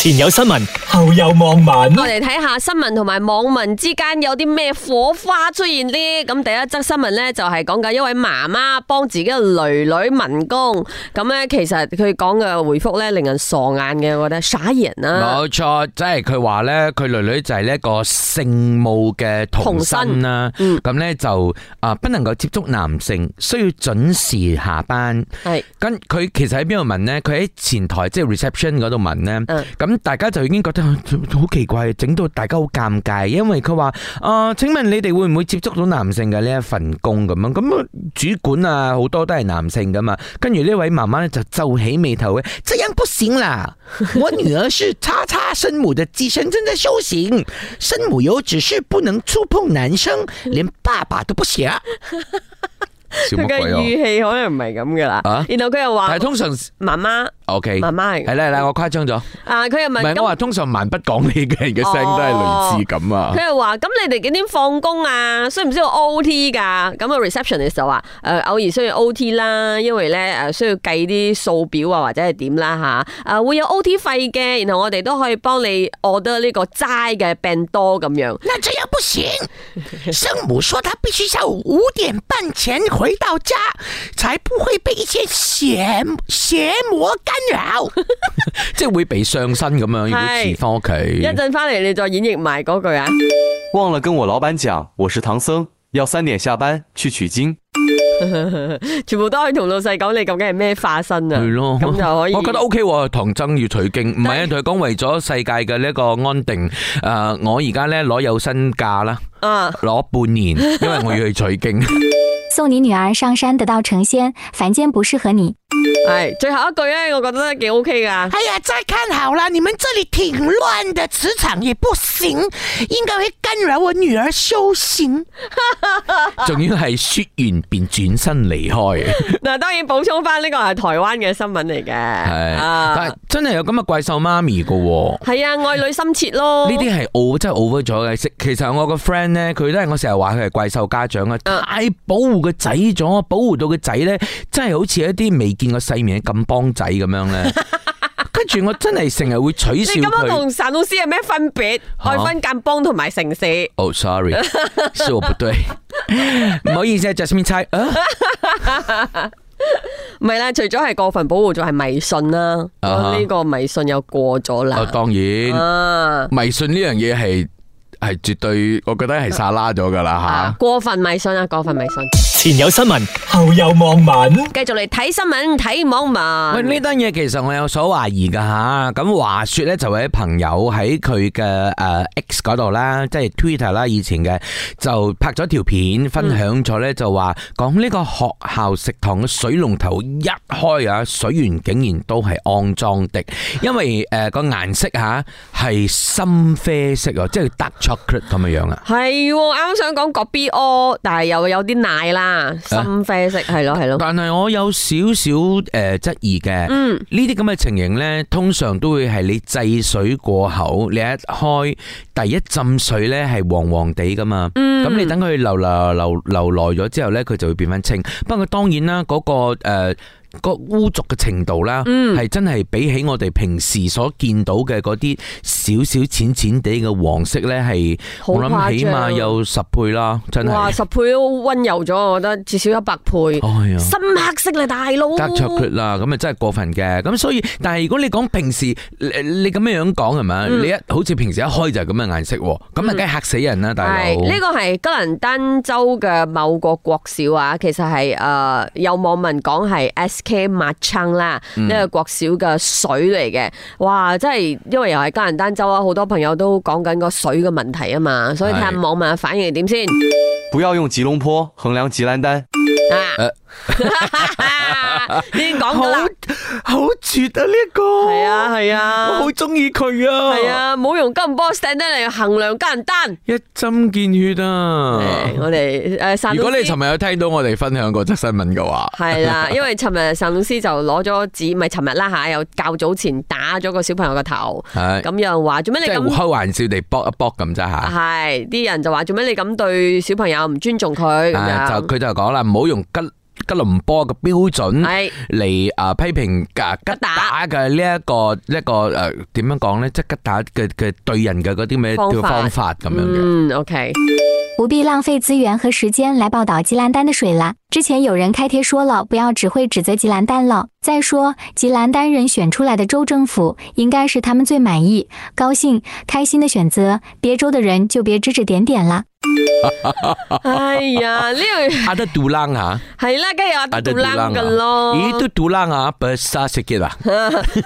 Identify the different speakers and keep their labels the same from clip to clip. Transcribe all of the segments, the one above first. Speaker 1: 前有新聞，後有網民
Speaker 2: 我。哋睇下新聞同埋網民之間有啲咩火花出現呢？咁第一則新聞呢，就係講緊一位媽媽幫自己嘅女女民工，咁呢，其實佢講嘅回覆呢，令人傻眼嘅，我覺得耍人啊！
Speaker 3: 冇錯，即係佢話咧，佢女女就係呢一個聖母嘅童身啦。
Speaker 2: 童身嗯
Speaker 3: 咁咧就啊，不能夠接觸男性，需要準時下班。
Speaker 2: 係
Speaker 3: 跟佢其實喺邊度問咧？佢喺前台即係 reception 嗰度問咧。
Speaker 2: 嗯
Speaker 3: 咁大家就已經覺得啊好奇怪，整到大家好尷尬，因為佢話啊，請問你哋會唔會接觸到男性嘅呢一份工咁樣？咁啊主管啊好多都係男性噶嘛。跟住呢位媽媽咧就皺起眉頭嘅，這樣不行 啦！我女兒是叉叉生母的寄生，正在修行，生母有只是不能觸碰 男生，連爸爸都不行。啊笑
Speaker 2: 佢嘅語氣可能唔係咁噶啦
Speaker 3: 啊，
Speaker 2: 然後佢又話
Speaker 3: 但係通常
Speaker 2: 媽媽
Speaker 3: OK
Speaker 2: 媽媽
Speaker 3: 係
Speaker 2: 係
Speaker 3: 啦係啦，我誇張咗。
Speaker 2: 啊，佢又
Speaker 3: 唔
Speaker 2: 問
Speaker 3: 係，我話
Speaker 2: 咁，
Speaker 3: 通常蠻不講理嘅人嘅聲都係類似咁啊。
Speaker 2: 佢又話咁你哋幾點放工啊？需唔需要 O T 噶？咁啊 receptionist 就話誒、呃偶然需要 O T 啦，因為咧誒、呃需要計啲數表啊或者係點啦吓，誒、啊、會有 O T 費嘅，然後我哋都可以幫你 order 呢個齋嘅病多咁樣。
Speaker 3: 那這樣不行， 生母說她必須在五點半前回到家，才不會被一些邪邪魔干擾。 即係會被上身咁樣，如果遲翻屋
Speaker 2: 一
Speaker 3: 企。
Speaker 2: 陣翻嚟你再演繹埋嗰句啊！
Speaker 4: 忘了跟我老板讲，我是唐僧，要三点下班去取经。
Speaker 2: 全部都可以同老細講你究竟係咩化身啊？
Speaker 3: 係咯，
Speaker 2: 咁就可以。
Speaker 3: 我覺得 O K 喎，唐僧要取經，唔係啊，同佢講為咗世界嘅呢一個安定，誒、我而家咧攞有薪假啦，
Speaker 2: 啊。
Speaker 3: 攞半年，因為我要去取 經。
Speaker 5: 送你女儿上山得道成仙，凡间不适合你。
Speaker 2: 系最后一句咧，我觉得都几 OK 噶。
Speaker 6: 哎呀，再看好了，你们这里挺乱的，磁场也不行，应该会干扰我女儿修行。
Speaker 3: 仲要係說完便轉身離 開。
Speaker 2: 嗱，当然补充翻呢个系台湾嘅新闻嚟嘅，系
Speaker 3: 係，
Speaker 6: 啊
Speaker 3: 但係真係有咁嘅怪獸媽咪噶喎。
Speaker 2: 系啊，愛女心切咯。
Speaker 3: 呢啲係 over 真係 over 咗嘅，其其實我個 friend 咧，佢都係我成日話佢係怪獸家長啊，
Speaker 2: 嗯
Speaker 3: 太保護個仔咗，保護到個仔咧，真係好似一啲未見過世面嘅咁幫仔咁 樣咧。跟住我真係成日會取笑
Speaker 2: 你咁樣
Speaker 3: 佢。
Speaker 2: 同神老師有咩分別？
Speaker 3: 嚇
Speaker 2: 愛分間幫同埋城市。
Speaker 3: 哦、s o r r y 是我不對， 唔好意思啊，Jasmine 猜啊
Speaker 2: 唔係啦，除咗係過分保護，仲係迷信啦。
Speaker 3: 啊哈
Speaker 2: 呢個迷信又過咗
Speaker 3: 啊，
Speaker 2: 啦。
Speaker 3: 當然
Speaker 2: 啊
Speaker 3: 迷信呢樣嘢係係絕對，我覺得係撒拉咗噶啦
Speaker 2: 啊
Speaker 3: 吓。！
Speaker 2: 過分迷信啊，過分迷信。
Speaker 1: 前有新聞，後有網民。
Speaker 2: 繼續嚟睇新聞，睇網
Speaker 3: 喂，
Speaker 2: 民。
Speaker 3: 呢單嘢其實我有所懷疑噶吓，咁話說咧就位朋友喺佢嘅诶 X 嗰度啦，即係 Twitter 啦，以前嘅就拍咗條片分享咗咧，就話講呢個學校食堂嘅水龍頭一開啊，水源竟然都係肮脏的，因為诶個顏色吓係深啡色啊，即係 dark chocolate 咁嘅樣啊。
Speaker 2: 係喎，啱啱想講國 B O，但係又有啲奶啦，深啡色，係咯係咯。
Speaker 3: 但係我有少少诶质疑嘅，
Speaker 2: 嗯，
Speaker 3: 呢啲咁嘅情形呢，通常都會係你制水過口，你一開第一浸水呢係黃黃地噶嘛，咁、
Speaker 2: 嗯
Speaker 3: 你等佢流流流流耐咗之後呢，佢就會變翻清。不過當然啦，嗰、個诶。呃個污濁嘅程度啦，
Speaker 2: 嗯
Speaker 3: 係真係比起我哋平時所見到嘅嗰啲少少淺淺地嘅黃色呢，係
Speaker 2: 好
Speaker 3: 我諗
Speaker 2: 誇
Speaker 3: 起碼
Speaker 2: 張。
Speaker 3: 有十倍啦，真
Speaker 2: 哇，
Speaker 3: 係。
Speaker 2: 十倍都温柔咗，我覺得至少一百倍。
Speaker 3: 哎呀！
Speaker 2: 深黑色啦，大佬。
Speaker 3: 得着佢啦，咁啊真係過分嘅。咁所以，但係如果你講平時，你你咁樣樣講係咪？你一好似平時一開就係咁嘅顏色喎，咁啊梗係嚇死人啦，大佬。
Speaker 2: 係呢個係吉蘭丹州嘅某個國小啊，其實係誒、呃有網民講係 S.K. 抹撐啦，呢、個國小嘅水嚟嘅，哇！真係因為又係吉蘭丹州啊，好多朋友都講緊個水嘅問題啊嘛，所以睇下
Speaker 3: 係
Speaker 2: 網民嘅反應係點先
Speaker 4: 不要用吉隆坡衡量吉兰丹。
Speaker 2: 啊！ 已經講到啦，
Speaker 3: 好絕啊！呢一個
Speaker 2: 係啊係啊，
Speaker 3: 中意佢啊
Speaker 2: 係，啊，冇用金波 s t a 嚟衡量吉蘭丹。
Speaker 3: 一針見血啊！
Speaker 2: 誒我哋誒散
Speaker 3: 如果你
Speaker 2: 老師
Speaker 3: 尋日有聽到我哋分享嗰則新聞嘅話，
Speaker 2: 系 啦，因為尋日岑老師就攞咗紙，咪尋日啦吓，又較早前打咗個小朋友個頭，
Speaker 3: 係
Speaker 2: 咁有人話做咩
Speaker 3: 即
Speaker 2: 你
Speaker 3: 係啊
Speaker 2: 咁
Speaker 3: 開玩笑地卜一卜咁咋嚇。
Speaker 2: 係啲人就話做咩你咁對小朋友唔尊重佢咁
Speaker 3: 啊，
Speaker 2: 樣
Speaker 3: 就佢就講啦，唔好用吉吉隆坡嘅標準
Speaker 2: 係
Speaker 3: 嚟啊批評啊吉打嘅呢一個呢一個诶點樣講咧，即係吉打嘅嘅對人嘅嗰啲咩
Speaker 2: 方
Speaker 3: 叫
Speaker 2: 法
Speaker 3: 方法咁樣嘅。
Speaker 2: 嗯，OK，
Speaker 5: 不必浪费资源和时间来报道吉兰丹的水了。之前有人开贴说了，不要只会指责吉兰丹了。再说，吉兰丹人选出来的州政府应该是他们最满意、高兴、开心的选择，别州的人就别指指点点啦。
Speaker 2: 哎呀，呢樣
Speaker 3: 阿德杜啊冷吓，
Speaker 2: 係啦，梗係有阿杜冷噶咯。
Speaker 3: 啊咦都杜冷啊，不沙食嘅啦，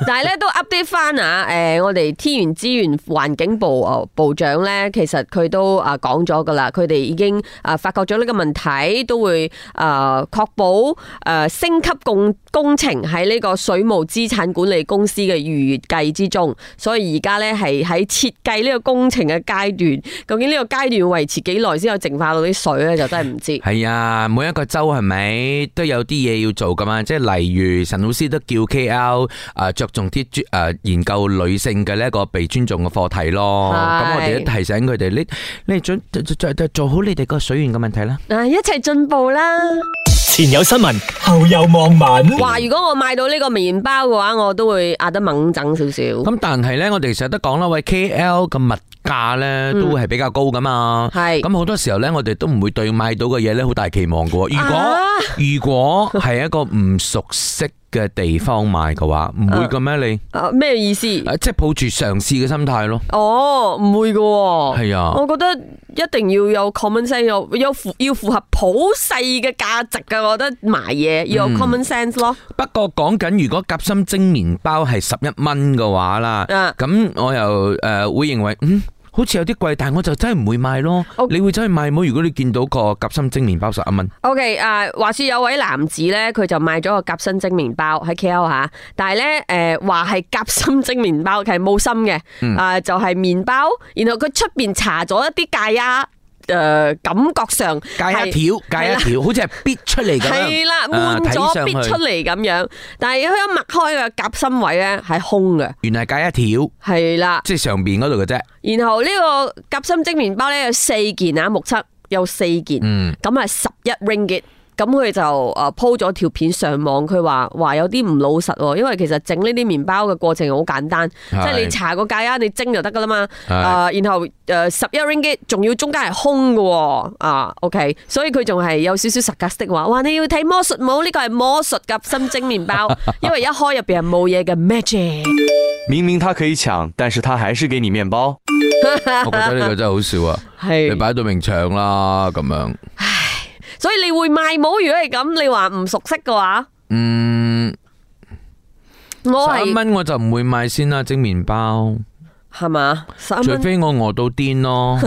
Speaker 2: 但係咧都 update 翻啊！诶、我哋天然資源環境部哦部長咧，其實佢都啊講咗噶啦，佢哋已經啊發覺咗呢個問題，都會啊確保诶升級工工程喺呢個水務資產管理公司嘅預計之中，所以而家咧係喺設計呢個工程嘅階段，究竟呢個階段維持幾耐先有淨化到啲水咧，就真係唔知。
Speaker 3: 系啊，每一個州係咪都有啲嘢要做噶嘛？即係例如陳老師都叫 K L 诶着重啲诶研究女性嘅呢一個被尊重嘅課題咯。
Speaker 2: 係
Speaker 3: 咁我哋都提醒佢哋，你你准做做做做好你哋個水源嘅問題啦。
Speaker 2: 啊，一齊進步啦！
Speaker 1: 前有新聞，後有網民。
Speaker 2: 哇！如果我買到呢個麵包嘅話，我都會壓得猛整少少。
Speaker 3: 咁但係呢，我哋成日都講啦，喂 K L 嘅物價呢都係比較高噶嘛。
Speaker 2: 係
Speaker 3: 咁好多時候呢，我哋都唔會對買到嘅嘢呢好大期望嘅喎。如果
Speaker 2: 啊
Speaker 3: 如果係一個唔熟悉嘅地方買嘅話，唔會嘅咩？你
Speaker 2: 啊咩意思？
Speaker 3: 啊即係抱住嘗試嘅心態咯。
Speaker 2: 哦，唔會嘅喎。
Speaker 3: 係啊
Speaker 2: 我覺得一定要有 common sense，有有符要符合普世嘅價值嘅。我覺得買嘢要有 common sense 咯。
Speaker 3: 不過講緊如果夾心蒸麵包係十一蚊嘅話啦，
Speaker 2: 啊
Speaker 3: 咁我又诶会认为嗯。好似有啲貴，但我就真係唔會買咯。
Speaker 2: 哦
Speaker 3: 你會走去買冇？如果你見到個夾心蒸麵包十一蚊，
Speaker 2: OK，啊，話說有位男子咧，佢就買咗個夾心蒸麵包喺 KL 吓，但係咧诶話係夾心蒸麵包，佢係冇心嘅，啊就係麵包，然後佢出边搽咗一啲芥丫，诶、感覺上
Speaker 3: 戒一
Speaker 2: 係
Speaker 3: 條，戒一條，好似係必出嚟咁樣。
Speaker 2: 系啦，
Speaker 3: 啊
Speaker 2: 滿咗必。
Speaker 3: 睇
Speaker 2: 出
Speaker 3: 上去
Speaker 2: 嚟咁樣，但係佢一擘開嘅夾心位咧係空嘅，
Speaker 3: 原來戒一條，
Speaker 2: 係啦。
Speaker 3: 即係上邊嗰度嘅啫。
Speaker 2: 然後呢個夾心蒸麵包咧有四件啊，目測有四件，
Speaker 3: 嗯，
Speaker 2: 咁啊十一 ringgit。咁佢就誒鋪咗條片上網，佢話話有啲唔老實喎，因為其實整呢啲麵包嘅過程好簡單，即係你搽個芥啊，你蒸就得噶啦嘛。誒、啊然後誒十一 ringgit，仲要中間係空嘅喎，啊，OK，所以佢仲係有少少 sarcastic 話，哇，你要睇魔術冇？呢個係魔術夾心蒸麵 包，因為一開入邊係冇嘢嘅 magic。
Speaker 4: 明明他可以抢，但是他还是给你面包。
Speaker 3: 我覺得呢個真係好笑啊！你
Speaker 2: 係。
Speaker 3: 擺哦到明唱啦，咁樣。
Speaker 2: 所以你會賣冇？如果係咁，你話唔熟悉嘅話，
Speaker 3: 嗯，
Speaker 2: 我
Speaker 3: 十一
Speaker 2: 係
Speaker 3: 蚊我就唔會買先啦，蒸麵包，
Speaker 2: 係嘛？十一
Speaker 3: 除
Speaker 2: 蚊，
Speaker 3: 非我餓到癲咯，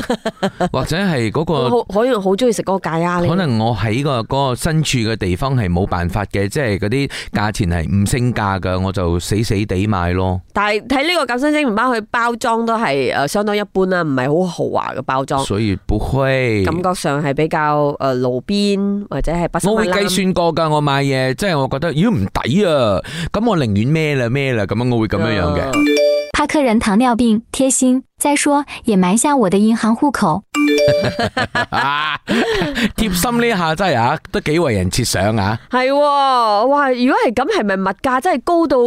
Speaker 3: 或者係嗰
Speaker 2: 我
Speaker 3: 個。
Speaker 2: 好可能好中意食嗰個芥啊！你
Speaker 3: 可能我喺個嗰個身處嘅地方係冇辦法嘅，即係嗰啲價錢係唔升價嘅，我就死死地買咯。
Speaker 2: 但係睇呢個夾心蒸麵包，佢包裝都係誒相當一般啦，唔係好豪華嘅包裝，
Speaker 3: 所以不會。
Speaker 2: 感覺上係比較誒路邊或者係不
Speaker 3: 我會計算過㗎，我買嘢，即係我覺得，咦唔抵啊，咁我寧願孭啦孭啦，咁樣我會咁樣樣
Speaker 2: 哦
Speaker 3: 嘅。
Speaker 5: 怕客人糖尿病，贴心。再说，也瞒下我的银行户口。
Speaker 3: 啊，贴心呢下真係啊，都幾為人設想啊！
Speaker 2: 係喎，哇！如果係咁，係咪物價真係高到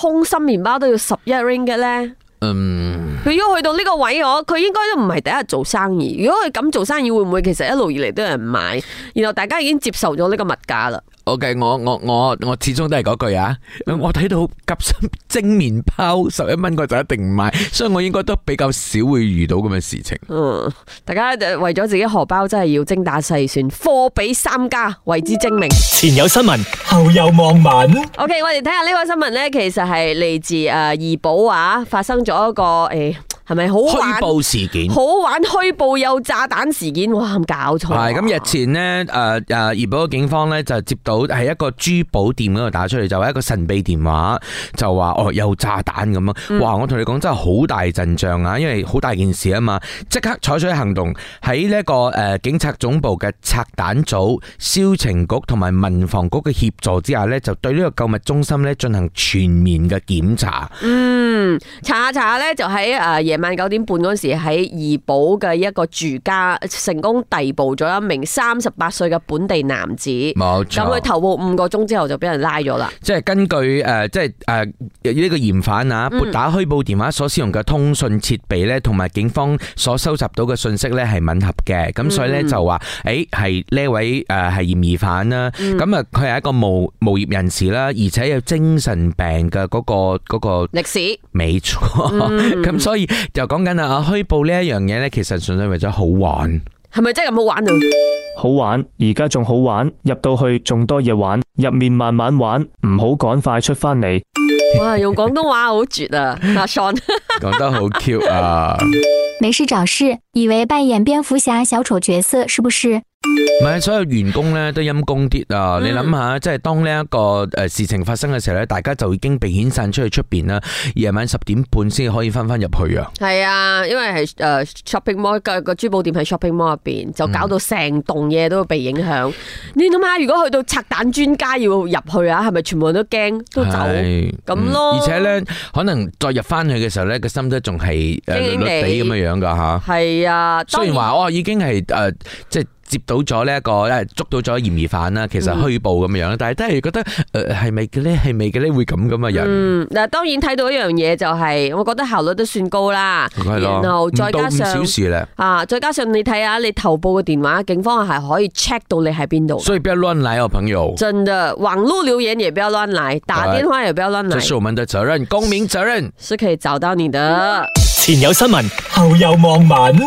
Speaker 2: 空心麵包都要十一 ring 嘅咧？
Speaker 3: 嗯，
Speaker 2: 佢如果去到呢個位，我佢應該都唔係第一日做生意。如果佢咁做生意，會唔會其實一路以嚟都有人買，然後大家已經接受咗呢個物價啦？
Speaker 3: OK，我我我我始終都係嗰句啊，我睇到夾心蒸麵包十一蚊，我就一定唔買，所以我應該都比較少會遇到咁嘅事情。
Speaker 2: 嗯，大家就為咗自己荷包真係要精打細算，貨比三家，為之精明。
Speaker 1: 前有新聞，後有網民。
Speaker 2: OK，我哋睇下呢個新聞呢，其實係嚟自诶怡寶啊，發生咗一個诶係咪好玩
Speaker 3: 虛報事件。
Speaker 2: 好玩虛報有炸彈事件？哇，咁搞錯啊！
Speaker 3: 系咁日前呢，誒誒怡保嘅警方呢，就接到係一個珠寶店嗰度打出嚟，就係一個神秘電話，就話哦有炸彈咁
Speaker 2: 嗯
Speaker 3: 樣。哇！我同你講真係好大陣仗啊，因為好大件事啊嘛，即刻採取行動，喺呢一個誒警察總部嘅拆彈組、消情局同埋民防局嘅協助之下呢，就對呢個購物中心呢進行全面嘅檢查。
Speaker 2: 嗯，查下查下咧，就喺诶怡夜晚九點半嗰陣時喺怡保嘅一個住家成功逮捕咗一名三十八歲嘅本地男子。
Speaker 3: 冇錯
Speaker 2: 咁佢頭部五個鐘之後就俾人拉咗啦。
Speaker 3: 即係根據诶、呃即係诶呢個嫌犯啊，撥打虛報電話所使用嘅通訊設備咧，同埋警方所收集到嘅信息咧係吻合嘅，咁所以咧就話，诶係呢位诶係嫌疑犯啦，咁啊佢係一個無無業人士啦，而且有精神病嘅嗰、個嗰、個
Speaker 2: 歷史
Speaker 3: 美錯， 咁、所以就講緊啊虛報呢一樣嘢咧，其實純粹為咗好玩。
Speaker 2: 係咪真係咁好玩啊？
Speaker 7: 好玩，而家仲好玩，入到去仲多嘢玩，入面慢慢玩，唔好趕快出返嚟。
Speaker 2: 哇，用廣東話好絕啊！阿 Sean，
Speaker 3: 講得好 cute 啊！
Speaker 5: 没事找事，以为扮演蝙蝠侠小丑角色是不是？
Speaker 3: 唔係，所有員工咧都陰公啲啊！
Speaker 2: 嗯
Speaker 3: 你諗下，即係當呢一個诶事情發生嘅時候咧，大家就已經被遣散出去出边啦。夜晚十點半先可以翻翻入去啊！
Speaker 2: 係啊，因為係诶 shopping mall 嘅個珠寶店喺 shopping mall 入边，
Speaker 3: 嗯
Speaker 2: 就搞到成棟嘢都被影響。你諗下，如果去到拆彈專家要入去啊，係咪全部人都驚都走？
Speaker 3: 係
Speaker 2: 咁咯
Speaker 3: 嗯而且咧，可能再入翻去嘅時候咧，個心都仲係诶
Speaker 2: 驚
Speaker 3: 绿
Speaker 2: 驚地
Speaker 3: 绿地咁樣樣噶吓。
Speaker 2: 係啊，當
Speaker 3: 雖然話哦，已經係诶、呃即係接到咗呢一個咧，捉到咗嫌疑犯啦，其實
Speaker 2: 嗯
Speaker 3: 虛報咁樣啦，但係都係覺得诶係咪嘅咧？係咪嘅咧？會咁咁嘅人？
Speaker 2: 嗯，嗱，當然睇到一樣嘢就係、我覺得效率都算高啦。
Speaker 3: 係咯，
Speaker 2: 然後
Speaker 3: 唔到
Speaker 2: 再加
Speaker 3: 五
Speaker 2: 上
Speaker 3: 小時咧。
Speaker 2: 啊，再加上你睇下你投報嘅電話，警方係可以 check 到你喺邊度。
Speaker 3: 所以不要乱来哦，朋友。
Speaker 2: 真的，網路留言也不要亂來，打電話也不要亂來
Speaker 3: 这，是我们的责任，公民责任。
Speaker 2: 是可以找到你的。
Speaker 1: 前有新聞，後有網民。